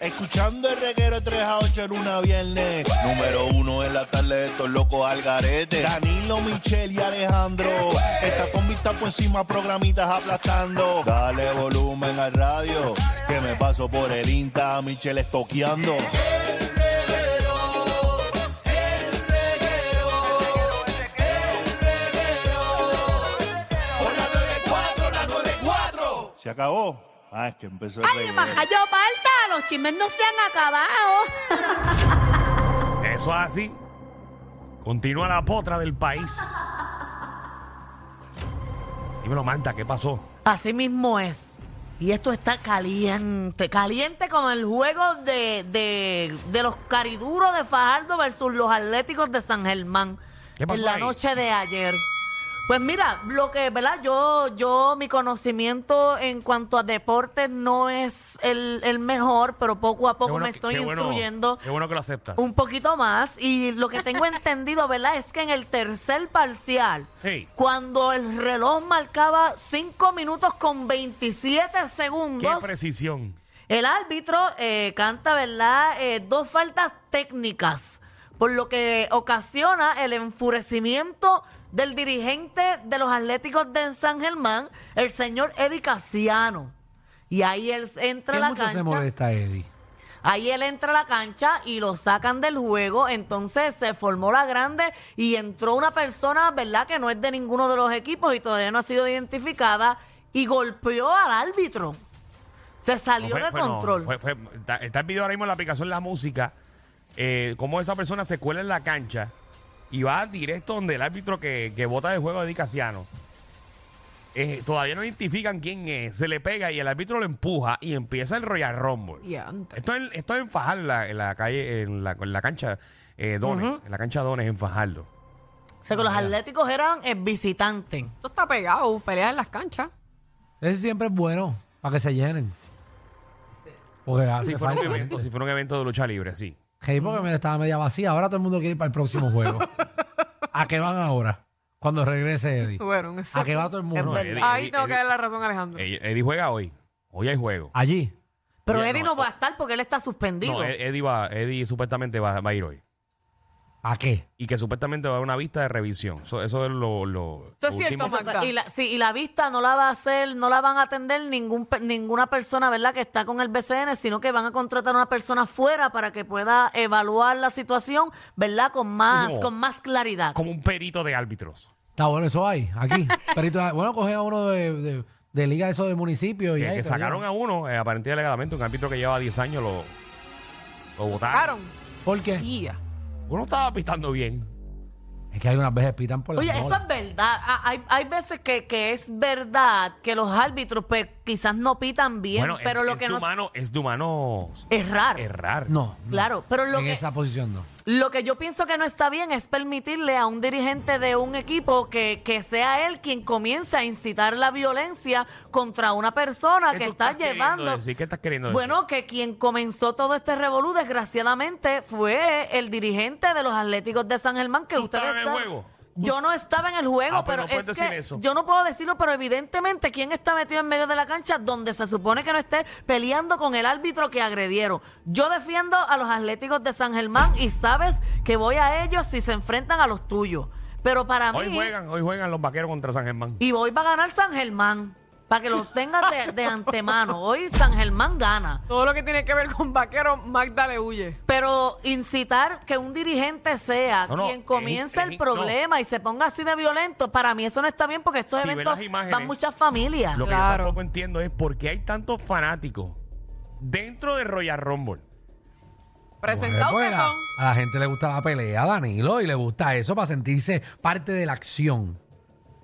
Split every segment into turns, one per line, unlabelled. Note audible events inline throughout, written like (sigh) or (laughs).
escuchando el reguero de 3 a 8 en una viernes. Número uno en la tarde de estos locos al garete. Danilo, Michelle y Alejandro. Esta combi está por encima, programitas aplastando. Dale volumen al radio, que me paso por el Insta, Michelle estoqueando. Se acabó. Ah, es que empezó el
¡Ay,
reguero.
majayo falta! Los chismes no se han acabado.
Eso es así. Continúa la potra del país. Dímelo, Manta, ¿qué pasó?
Así mismo es. Y esto está caliente, caliente como el juego de, de, de los cariduros de Fajardo versus los atléticos de San Germán
¿Qué pasó
en la
ahí?
noche de ayer. Pues mira, lo que, ¿verdad? Yo, yo, mi conocimiento en cuanto a deportes no es el, el mejor, pero poco a poco me
que-
estoy
qué bueno-
instruyendo
qué bueno que lo aceptas.
un poquito más. Y lo que tengo (laughs) entendido, ¿verdad? Es que en el tercer parcial,
Sí.
cuando el reloj marcaba 5 minutos con 27
Qué
segundos,
precisión.
el árbitro eh, canta, ¿verdad? Eh, dos faltas técnicas, por lo que ocasiona el enfurecimiento del dirigente de los Atléticos de San Germán, el señor Eddie Casiano. Y ahí él entra
¿Qué
a la
mucho
cancha.
se molesta Eddie?
Ahí él entra a la cancha y lo sacan del juego. Entonces se formó la grande y entró una persona, ¿verdad?, que no es de ninguno de los equipos y todavía no ha sido identificada y golpeó al árbitro. Se
No,
salió
fue-
de
fue- no,
control.
fue- fue- está, está el video ahora mismo en la aplicación La Música. eh, cómo esa persona se cuela en la cancha y va directo donde el árbitro que, que bota de juego a Eddie Casiano. Eh, todavía no identifican quién es. Se le pega y el árbitro lo empuja y empieza el Royal Rumble. Esto es, esto es en Fajardo, en la calle, en la, en la cancha eh, Dones, en la cancha Dones, en Fajardo.
o sea, que los atléticos eran eh, visitantes.
Esto está pegado, peleas en las canchas.
Ese siempre es bueno, para que se llenen. Porque hace
Sí, fue un
falta.
evento, sí, fue un evento de lucha libre, sí.
Hey, porque mira, estaba media vacía. Ahora todo el mundo quiere ir para el próximo juego. ¿A qué van ahora? Cuando regrese Eddie.
Bueno, eso.
¿A qué va todo el mundo?
verdad.
Eddie-
Ahí
Eddie-
tengo que
Eddie-
dar la razón a Alejandro. Ah,
Eddie- Eddie juega hoy. Hoy hay juego.
Allí.
Pero
Ya,
Eddie
no,
no, va a estar porque él está suspendido.
No, Ed- Eddie, va, Eddie supuestamente va, va a ir hoy.
¿A qué?
Y que supuestamente va a haber una vista de revisión. Eso, eso es lo, lo
Eso es cierto,
último.
Magda.
Exacto. Y la, sí, y la vista no la va a hacer, no la van a atender ningún, pe- ninguna persona, ¿verdad? Que está con el BCN, sino que van a contratar a una persona fuera para que pueda evaluar la situación, ¿verdad? Con más,
No.
con más claridad.
Como un perito de árbitros.
Está bueno, eso hay. Aquí. Perito, bueno, coge a uno de, de, de liga eso de municipio. Y
Que,
ahí
que
te
sacaron
llevan.
a uno, eh, aparentemente legalmente, un árbitro que lleva 10 años lo, lo
Sacaron.
votaron.
¿Por qué?
Guía.
Uno estaba pistando bien.
Es que algunas veces pitan por la
Oye, eso es verdad. Ah, Hay, hay veces que, que es verdad que los árbitros pues, quizás no pitan bien,
bueno,
pero
es,
lo
es
que
de
no
humano, es de humano
errar.
errar.
No, no.
Claro, pero lo
en
que-
esa posición no.
Lo que yo pienso que no está bien es permitirle a un dirigente de un equipo que, que sea él quien comience a incitar la violencia contra una persona
¿Qué
que
tú
está
estás queriendo
llevando.
decir? ¿Qué estás queriendo decir?
Bueno, que quien comenzó todo este revolú, desgraciadamente, fue el dirigente de los Atléticos de San Germán, que
¿Tú
ustedes
estabas en el
saben-
juego?
Yo no estaba en el juego,
Ah, pues
pero
no puedes
es que
decir eso.
yo no puedo decirlo, pero evidentemente quién está metido en medio de la cancha donde se supone que no esté peleando con el árbitro que agredieron. Yo defiendo a los Atléticos de San Germán y sabes que voy a ellos si se enfrentan a los tuyos. Pero para
hoy
mí
juegan, hoy juegan los vaqueros contra San Germán.
y hoy va a ganar San Germán para que los tengas de, de antemano. Hoy San Germán gana.
Todo lo que tiene que ver con vaquero, Magda le huye.
Pero incitar que un dirigente sea
No, no,
quien
es-
comience
es-
el
no.
problema y se ponga así de violento, para mí eso no está bien porque estos
Si ves
eventos
las imágenes,
van muchas familias.
Lo que yo
Claro.
tampoco entiendo es por qué hay tantos fanáticos dentro de Royal Rumble.
Presentados
Pues,
que
a-
son.
A la gente le gusta la pelea, Danilo, y le gusta eso para sentirse parte de la acción.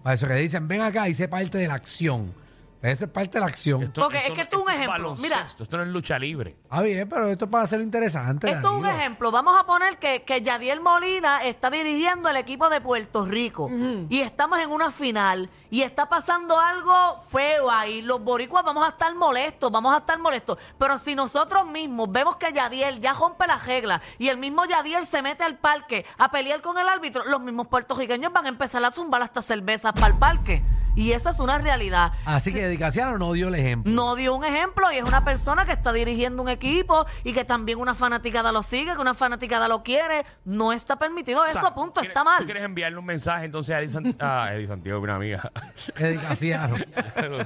Para eso que dicen, ven acá y sé parte de la acción. Ese es parte de la acción.
Esto-
Porque
esto
es que
no-
tú
esto
un
es
ejemplo,
baloncesto,
mira.
Esto no es lucha libre.
Ah, bien, pero esto es para hacerlo interesante.
Esto es un
Danilo.
ejemplo. Vamos a poner que, que Yadiel Molina está dirigiendo el equipo de Puerto Rico y estamos en una final y está pasando algo feo ahí. Los boricuas vamos a estar molestos, vamos a estar molestos. Pero si nosotros mismos vemos que Yadiel ya rompe las reglas y el mismo Yadiel se mete al parque a pelear con el árbitro, los mismos puertorriqueños van a empezar a zumbar hasta cervezas para el parque. Y esa es una realidad.
Así que Dicasiano no dio el ejemplo.
No dio un ejemplo y es una persona que está dirigiendo un equipo y que también una fanaticada lo sigue, que una fanaticada lo quiere. No está permitido eso,
O sea,
punto,
¿quieres-
está
¿tú
mal.
quieres enviarle un mensaje entonces a Eddie, Sant-
(laughs)
a Eddie Santiago, una amiga? (laughs)
Eddie Casiano.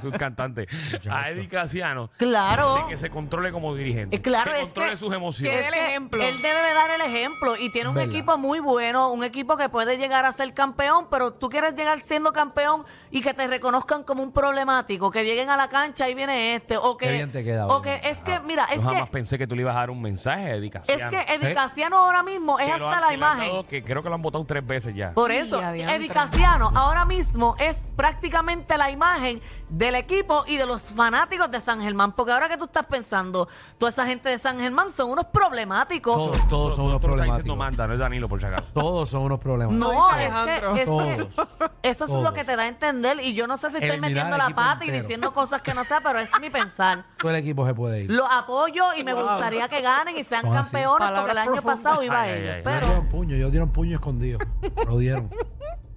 un cantante. A Eddie Casiano.
Claro.
de que se controle como dirigente.
Eh, claro,
que
es
controle
que-
sus
que
emociones.
dé el ejemplo.
Él debe dar el ejemplo y tiene un
¿Verdad?
equipo muy bueno, un equipo que puede llegar a ser campeón, pero tú quieres llegar siendo campeón y que te reconozcan como un problemático, que lleguen a la cancha y viene este, o que,
Qué bien te queda,
o
Olga.
que es que mira,
Yo
es
jamás
que
pensé que tú le ibas a dar un mensaje a Eddie
es
Casiano.
que
¿Eh?
Eddie Casiano ahora mismo es
Que lo
hasta
han-
la
que le han
imagen.
dado- que creo que lo han votado tres veces ya.
Por eso,
Sí, adiantra.
Eddie Casiano ahora mismo es prácticamente la imagen del equipo y de los fanáticos de San Germán. Porque ahora que tú estás pensando, toda esa gente de San Germán son unos problemáticos.
Todos, todos son
Nosotros
unos
está diciendo
problemáticos.
Manda, no es Danilo, por si acaso.
Todos son unos problemas.
No,
dice
es
Alejandro.
que, es que-
Todos.
eso es
Todos.
lo que te da a entender y yo no sé si estoy
Eliminar
metiendo
al
la
equipo
pata y
entero.
diciendo cosas que no sé, pero es mi pensar.
Todo el equipo se puede ir.
Lo apoyo y me gustaría que ganen y sean
Son así.
campeones porque el
Palabras
año
profundas.
pasado iba a
Ay, ay,
ellos.
ay.
Ellos
Pero
dieron puño, ellos dieron puño escondido. Lo dieron.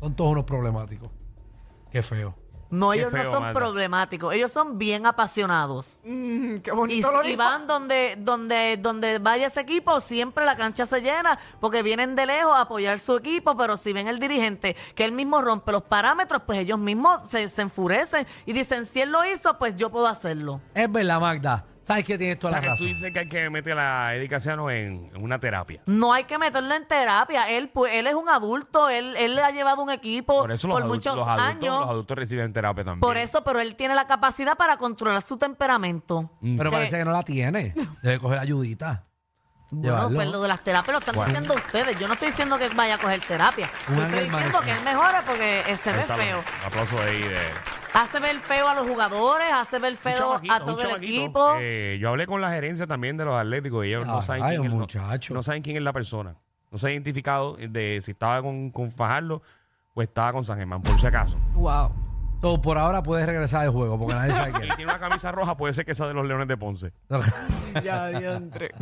Son todos unos problemáticos. Qué feo.
no,
Qué
ellos no
feo,
son
Magda.
problemáticos, ellos son bien apasionados.
Mm, qué
Y,
bonito lo
y
dijo.
van donde, donde, donde vaya ese equipo, siempre la cancha se llena, porque vienen de lejos a apoyar su equipo, pero si ven el dirigente que él mismo rompe los parámetros, pues ellos mismos se, se enfurecen y dicen, si él lo hizo, pues yo puedo hacerlo.
Es verdad, Magda. ¿Sabes qué tienes
O
(laughs) toda
sea,
la
que tú
razón?
dices que hay que meter a Eddie Casiano en, en una terapia.
No hay que meterlo en terapia. Él, pues, él es un adulto, él, él ha llevado un equipo
Por
por,
eso los, adultos,
muchos
los, adultos,
años.
los adultos reciben terapia también.
por eso, pero él tiene la capacidad para controlar su temperamento.
Pero
Eh,
parece que no la tiene. Debe coger ayudita.
Bueno,
Llevarlo.
pues lo de las terapias lo están diciendo ustedes. Yo no estoy diciendo que él vaya a coger terapia.
Un
Yo estoy
ángel
diciendo que él mejore porque eh, se
Ahí
ve
está,
feo.
Un aplauso ahí de...
Hace ver feo a los jugadores, hace ver
Un
feo
chamaquito,
a
un
todo el
chamaquito.
equipo.
Eh, yo hablé con la gerencia también de los Atléticos y ellos no
Ah,
saben
ay,
quién es
un
no-
muchacho.
No, saben quién es la persona. No se ha identificado de si estaba con, con Fajardo o estaba con San Germán, por si acaso.
Wow.
So, por ahora puedes regresar al juego porque nadie sabe quién.
Y tiene una camisa roja, puede ser que sea de los Leones de Ponce.
Ya,
(laughs)
adiantre.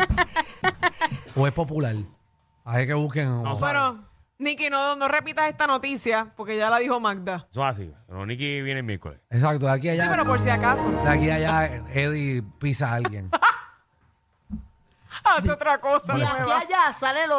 o es popular. Hay que busquen.
No, sabe.
bueno, Nicky, no, no repitas esta noticia porque ya la dijo Magda.
Eso es así. Pero Nicky viene el miércoles.
Exacto, de aquí a allá.
Sí, pero por si acaso. (laughs)
De aquí a allá, Eddie pisa a alguien.
Hace otra cosa
Y aquí
nueva.
allá salen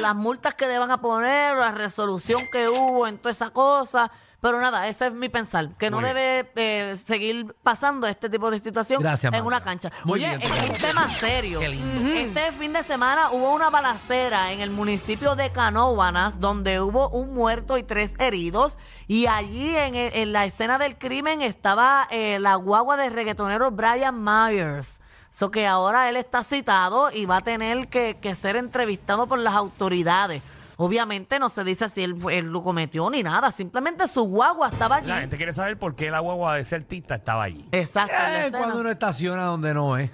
las multas que le van a poner, la resolución que hubo en toda esa cosa. Pero nada, ese es mi pensar, que no
Muy bien.
debe eh, seguir pasando este tipo de situación
Gracias,
en una
Magda.
cancha.
Muy
Oye,
bien,
este es un
pues.
gracias.
tema serio.
Qué lindo.
Este fin de semana hubo una balacera en el municipio de Canóvanas, donde hubo un muerto y tres heridos. Y allí en, el- en la escena del crimen estaba eh, la guagua del reggaetonero Brian Myers. So que ahora él está citado y va a tener que, que ser entrevistado por las autoridades. Obviamente no se dice si él, fue- él lo cometió ni nada, simplemente su guagua estaba allí.
La gente quiere saber por qué la guagua de ese artista estaba allí.
Exacto. en la
Eh,
escena.
cuando uno estaciona donde no es.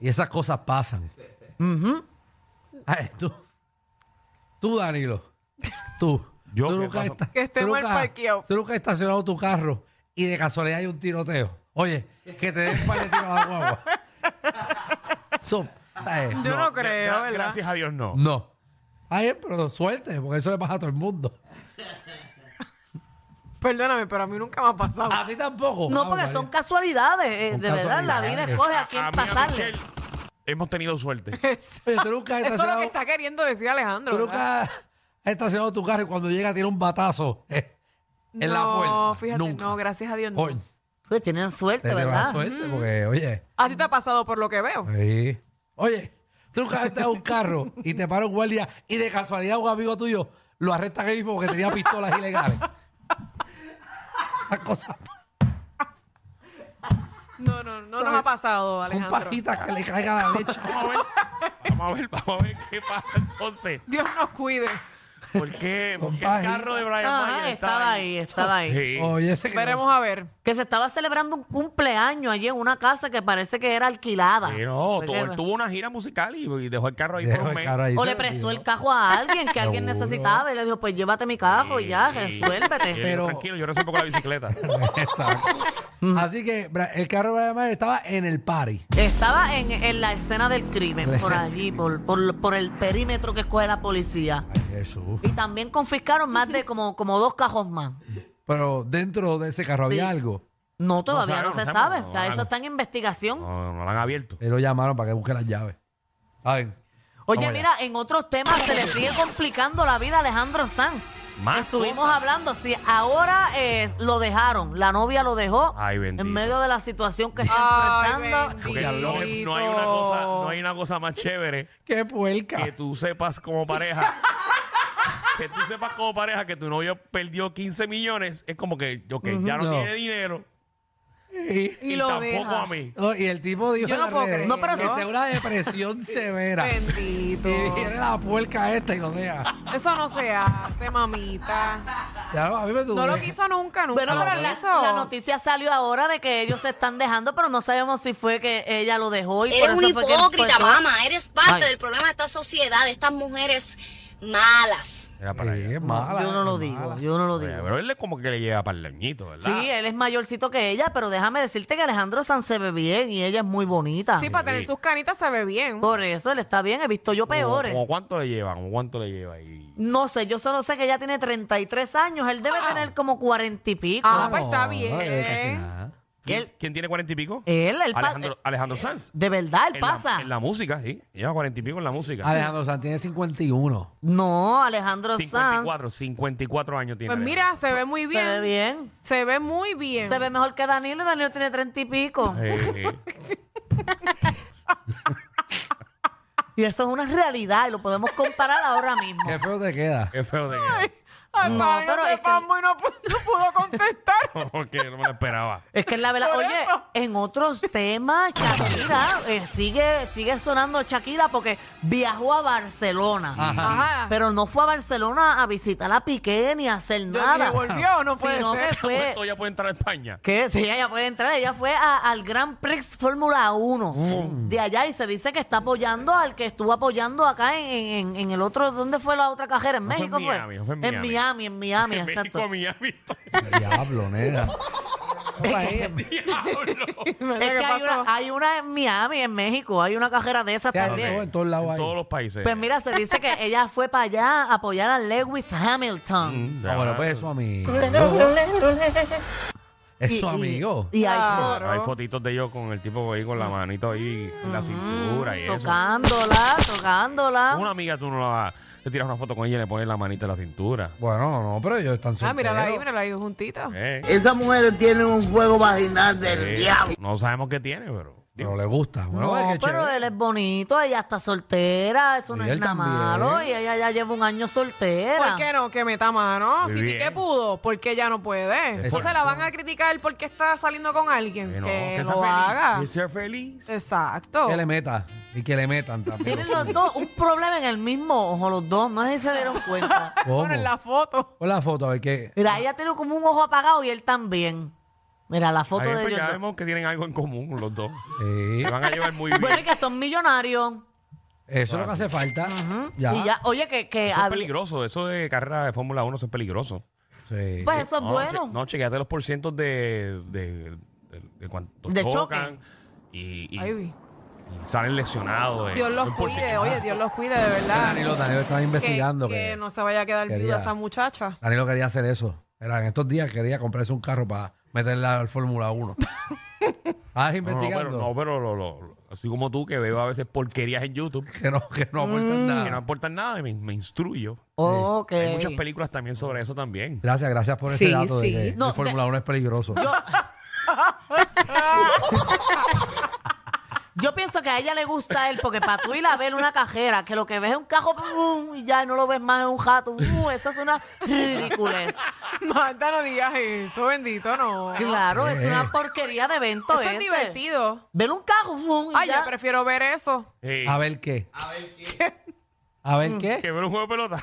Y esas cosas pasan. Ay, tú, tú, Danilo. Tú.
Yo,
tú
¿qué
nunca
pasó?
esta-
Que esté
tú
mal
nunca-
parqueado.
Tú nunca has estacionado tu carro y de casualidad hay un tiroteo. Oye, que te den para tiro a la guagua. So, ¿sabes?
Yo no, creo,
Gra-
¿verdad?
Gracias a Dios, no.
No. Ay, pero suerte, porque eso le pasa a todo el mundo.
Perdóname, pero a mí nunca me ha pasado.
A ti tampoco.
No,
Ah,
porque
María.
son casualidades. eh,
Son
de verdad, la vida
casualidades.
escoge a
A
quién
mí, a
pasarle.
Michelle, hemos tenido
(laughs)
suerte.
Eso
Oye, tú nunca
(laughs)
has
eso es lo
estacionado-
que está queriendo decir Alejandro.
Tú
¿verdad?
nunca has estacionado tu carro y cuando llega tiene un batazo eh, en la puerta.
No, fíjate,
Nunca.
no, gracias a Dios no.
Coño,
Pues tienen suerte,
te te va
¿verdad?
la suerte porque, oye,
A ti te ha pasado por lo que veo.
sí. oye, tú nunca has estado en un carro y te para un guardia y de casualidad un amigo tuyo lo arresta ahí mismo porque tenía pistolas ilegales. Las cosas
No, no, no nos
¿sabes?
ha pasado,
son
Oh, Alejandro.
pajitas que le caigan a la leche.
Vamos a ver, vamos a ver, vamos a ver qué pasa entonces.
Dios nos cuide.
¿Por qué,
Son
por qué el
páginas.
carro de Brian
Ajá,
Mayer
estaba ahí, estaba ahí.
Sí.
Oye, ese que no-
Veremos a ver.
Que se estaba celebrando un cumpleaños allí en una casa que parece que era alquilada.
Sí, no, tu-
Porque-
él tuvo una gira musical y, y dejó el carro ahí por
Dejo
un
el
mes.
carro ahí,
o
se
le
lo
prestó
olvidó.
el cajo a alguien que alguien
Seguro.
necesitaba y le dijo, pues llévate mi cajo y ya, resuélvete.
Sí,
Pero-
Tranquilo, yo resuelvo con la bicicleta.
(laughs) Exacto. Así que Bra- el carro de Brian Mayer estaba en el party.
Estaba en, en la escena del crimen,
La
por
escena
allí, por, por, por el perímetro que escoge la policía.
Ay, Jesús.
Y también confiscaron más de como, como dos cajos más.
Pero dentro de ese carro había
Sí.
algo.
No, todavía no,
sabe, no
se
sabemos,
sabe.
no,
Está-
algo.
eso está en investigación.
No, no la han abierto.
Él lo llamaron para que busque las llaves. ¿Saben?
Oye,
Vamos allá.
mira, en otros temas se le sigue complicando la vida a Alejandro Sanz.
Más
Estuvimos
cosas.
hablando, si ahora eh, lo dejaron, la novia lo dejó
Ay, bendito.
en medio de la situación que está
Ay,
enfrentando.
Porque no,
bendito.
no hay una cosa, no hay una cosa más chévere
¡Qué puerca!
que tú sepas como pareja. que tú sepas como pareja que tu novio perdió 15 millones. Es como que, ok, ya no,
No.
tiene dinero.
Y,
Y
Y,
lo
tampoco
deja.
a mí.
(laughs) no, y el tipo dijo
Yo
en
no
las
puedo
redes
creerlo.
que está en
(laughs)
una depresión severa. (laughs)
Bendito.
Y viene la puerca esta y lo deja.
Eso no se hace, mamita.
Ya, a mí me tuve.
No lo quiso nunca, nunca.
Bueno,
lo
pero la,
quiso.
la noticia salió ahora de que ellos se están dejando, pero no sabemos si fue que ella lo dejó y por
Eres
eso
un
fue que
hipócrita,
empezó.
mamá. Eres parte
Ay.
del problema de esta sociedad, de estas mujeres malas.
Era para
Sí,
allá.
es mala,
yo no lo
es
digo,
mala.
yo no lo
Oye,
digo.
pero él es como que le llega para el leñito, ¿verdad?
Sí, él es mayorcito que ella, pero déjame decirte que Alejandro Sanz se ve bien y ella es muy bonita.
Sí, para tener sus canitas se ve bien.
Por eso él está bien, he visto yo
Como-
peores.
Como, cuánto le llevan, como cuánto le lleva ahí.
No sé, yo solo sé que ella tiene 33 años, él debe tener como 40 y pico.
Ah, pues está
No,
bien.
no, casi nada.
¿Quién,
Él-
quién tiene cuarenta y pico?
Él, él pa-
Alejandro, Alejandro Sanz.
De verdad, él
En la-
pasa.
en la música, sí. Lleva cuarenta y pico en la música.
Alejandro Sanz tiene 51.
No, Alejandro Sanz
54, 54 años tiene.
Pues
Alejandro.
mira, se ve muy
se ve
bien.
bien.
Se ve muy bien.
Se ve mejor que Danilo, y Danilo tiene 30 y pico.
Sí, sí.
Y eso es una realidad y lo podemos comparar ahora mismo.
¿Qué feo te queda?
Qué feo de que.
Hasta
No,
ahí
pero
se
es que-
pambo y no, pu- no pudo
(laughs)
contestar.
Porque no (laughs) me lo esperaba.
Es que es la verdad.
Por
Oye,
eso.
en otros temas, Shakira eh, sigue, sigue sonando Shakira porque viajó a Barcelona.
Ajá.
Pero no fue a Barcelona a visitar a Piqué ni a hacer
Yo
nada.
dije, volvió, no puede
Sino (laughs)
ser.
que fue.
Esto ya puede entrar a España.
que si ella puede entrar, ella fue a- al Grand Prix Fórmula 1 de allá y se dice que está apoyando al que estuvo apoyando acá en, en- en el otro, ¿dónde fue la otra cajera? ¿En
No fue en
México fue?
Miami, no fue en
en
Miami.
Miami, en Miami,
En
Ah, exacto.
México, Miami.
Diablo,
(laughs)
nena.
(laughs)
Diablo.
Mira, ¿qué
Es que hay
pasó?
una, hay una en Miami, en México, hay una cajera de esas
Se ha
también.
roto en todos lados
En
ahí.
todos los países.
Pues mira, se dice que ella fue para allá a apoyar a Lewis Hamilton.
Mm.
Mm,
Ah, bueno, pues eso, amigo.
Y-
Eso,
y-
amigo.
Y, ahí
Ah.
fue-
Pero hay fotitos de ellos con el tipo ahí
Mm.
con la manito ahí, en la cintura y eso.
tocándola, tocándola.
Una amiga tú no la vas- te tiras una foto con ella y le pones la manita en la cintura.
Bueno, no, pero ellos están
Ah, mírala ahí,
solteros.
mírala ahí, juntita.
Eh,
Esas mujeres tienen un juego vaginal del
eh,
diablo.
No sabemos qué tiene, pero.
Pero le gusta. Bueno,
pues,
no,
es que
pero
chévere.
él es bonito, ella está soltera, eso no
Y
es
él
nada
también.
malo, y ella ya lleva un año soltera.
¿Por qué no? Que meta mano.
Muy
Si
bien.
Piqué pudo, ¿por qué ya no puede? Entonces la van a criticar porque está saliendo con alguien.
que
Que,
no, sea
lo
feliz,
haga.
Que sea
Eh,
feliz.
Exacto.
Que le meta. Y que le metan también.
Tienen los dos un problema en el mismo ojo, los dos, no sé si se dieron
(laughs)
cuenta.
¿Cómo?
Bueno, en la foto.
Pon la foto, a ver qué.
Mira, ella tiene como un ojo apagado y él también. Mira la foto
Ahí
de
pues
ellos.
ya
dos.
vemos que tienen algo en común los
(laughs)
dos.
Sí.
Se van a llevar muy
Bueno, eh,
bien.
y que son millonarios.
Eso es lo que hace falta. Ya.
Y ya, oye, que, que
Eso es
habl-
peligroso. Eso de carrera de Fórmula 1 eso es peligroso.
Sí.
Pues eso es
no,
bueno.
che- no, chequeate los porcientos de, de, de, de cuánto
De choque.
chocan y, y-
Ay, vi.
y salen lesionados. eh,
Dios los
un porcentaje.
cuide, oye, Dios los cuide, de verdad.
Danilo, Danilo estaba
Que-
investigando.
que,
Que,
no se vaya a quedar
quería-
viuda esa muchacha. (laughs)
Danilo quería hacer eso. Era en estos días quería comprarse un carro para meterla al Fórmula 1. Estabas
No, no, pero,
investigando.
no, pero lo- lo- lo- así como tú que veo a veces porquerías en YouTube
Que no, que no aportan
Ah.
que no
nada.
aportan nada y me, me instruyo.
Ok.
Hay muchas películas también sobre eso también.
Gracias, gracias por ese
Sí,
dato
sí.
de que
No,
el Fórmula 1 es peligroso.
Yo pienso que a ella le gusta él, porque para tú ir a ver una cajera, que lo que ves es un cajo ¡pum! y ya no lo ves más en un jato. ¡uh! Esa es una ridiculez.
Marta, no digas eso, bendito, no.
Claro, es una porquería de evento
Eso
ese.
es divertido.
Ver un cajo ¡pum! y
Ay,
ya.
yo prefiero ver eso.
Eh,
A ver qué. A ver qué. A ver qué.
que ver un juego de pelota.